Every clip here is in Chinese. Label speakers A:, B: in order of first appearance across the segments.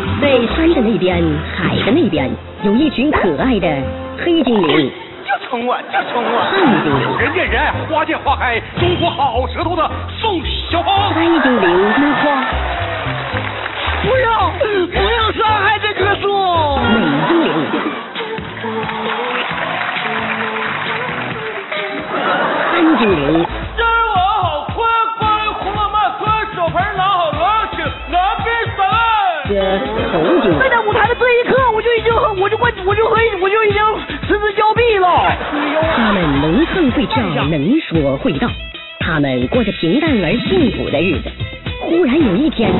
A: 山的那边，海的那边，有一群可爱的黑精灵。
B: 就宠我，就宠我！
A: 嗯
B: 人见人爱，花见花开，中国好舌头的宋小芳。
A: 黑精灵那话，
B: 不要，不要伤害这棵树！
A: 美精灵。三精灵，
B: 今儿我好困，关胡萝卜蹲，手盆拿好拿去，拿遍
A: 这
B: 神。
A: 猴精灵
C: 站，在舞台的这一刻，我就已经很，我就关，我就可以，我就已经失之交臂了。哎
A: 他们能唱会跳，能说会道，他们过着平淡而幸福的日子。忽然有一天，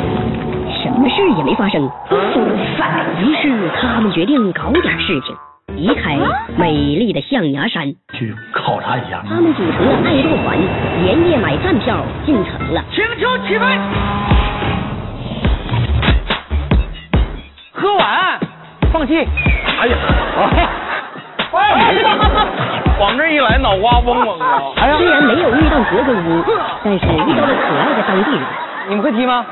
A: 什么事儿也没发生，
C: 啊
A: 于是他们决定搞点事情，离开
C: 啊
A: 美丽的象牙山。
D: 去考察一下。
A: 他们组成了爱豆团，连夜买站票进城了。
B: 请求起飞。喝完，放弃。哎呀，哎往这一来，脑瓜嗡嗡的。哎
A: 虽然没有遇到格格巫，但是遇到了可爱的当地人。
B: 你们会踢吗？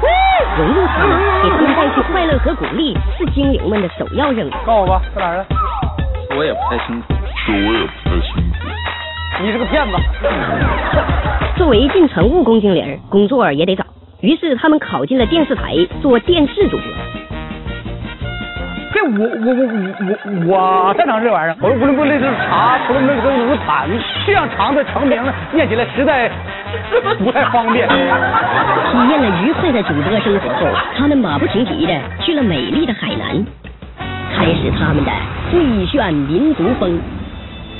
A: 维吾他们给他们带去快乐和鼓励是精灵们的首要任务。
B: 告我吧，在哪儿呢？
D: 我也不太清楚。
B: 你是个骗子。
A: 作为进城务工精灵儿，工作也得找，于是他们考进了电视台做电视主播。
C: 这我我我我我擅长这玩意儿，我无论不论是茶，不论那个如产，这样长的成名念起来实在不太方便。
A: 体验了愉快的主播生活后，他们马不停蹄的去了美丽的海南，开始他们的最炫民族风。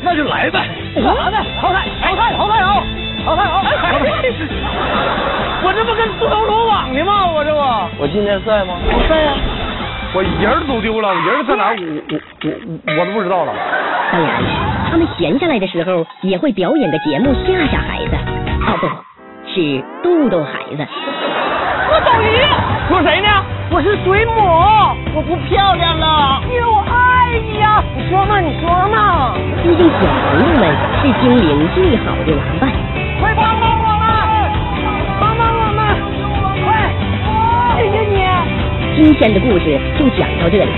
D: 那就来呗。
C: 好的，淘汰淘汰淘汰啊！淘汰啊！我这不跟自投罗网呢吗？我这不
D: 我今天在吗？
C: 在呀、
B: 我人儿走丢了，我人儿在哪儿？我我我我都不知道了。
A: 当然，哎他们闲下来的时候也会表演个节目吓吓孩子，哦不，是逗逗孩子。
C: 我斗鱼。说谁呢？我是水母，我不漂亮了。因为我爱你呀、你说嘛，你说嘛。
A: 毕竟小朋友们是精灵最好的玩伴。
C: 快帮帮我们！帮帮我们！快！谢谢你。
A: 今天的故事就讲到这里，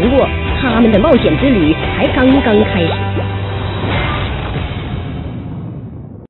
A: 不过他们的冒险之旅才刚刚开始。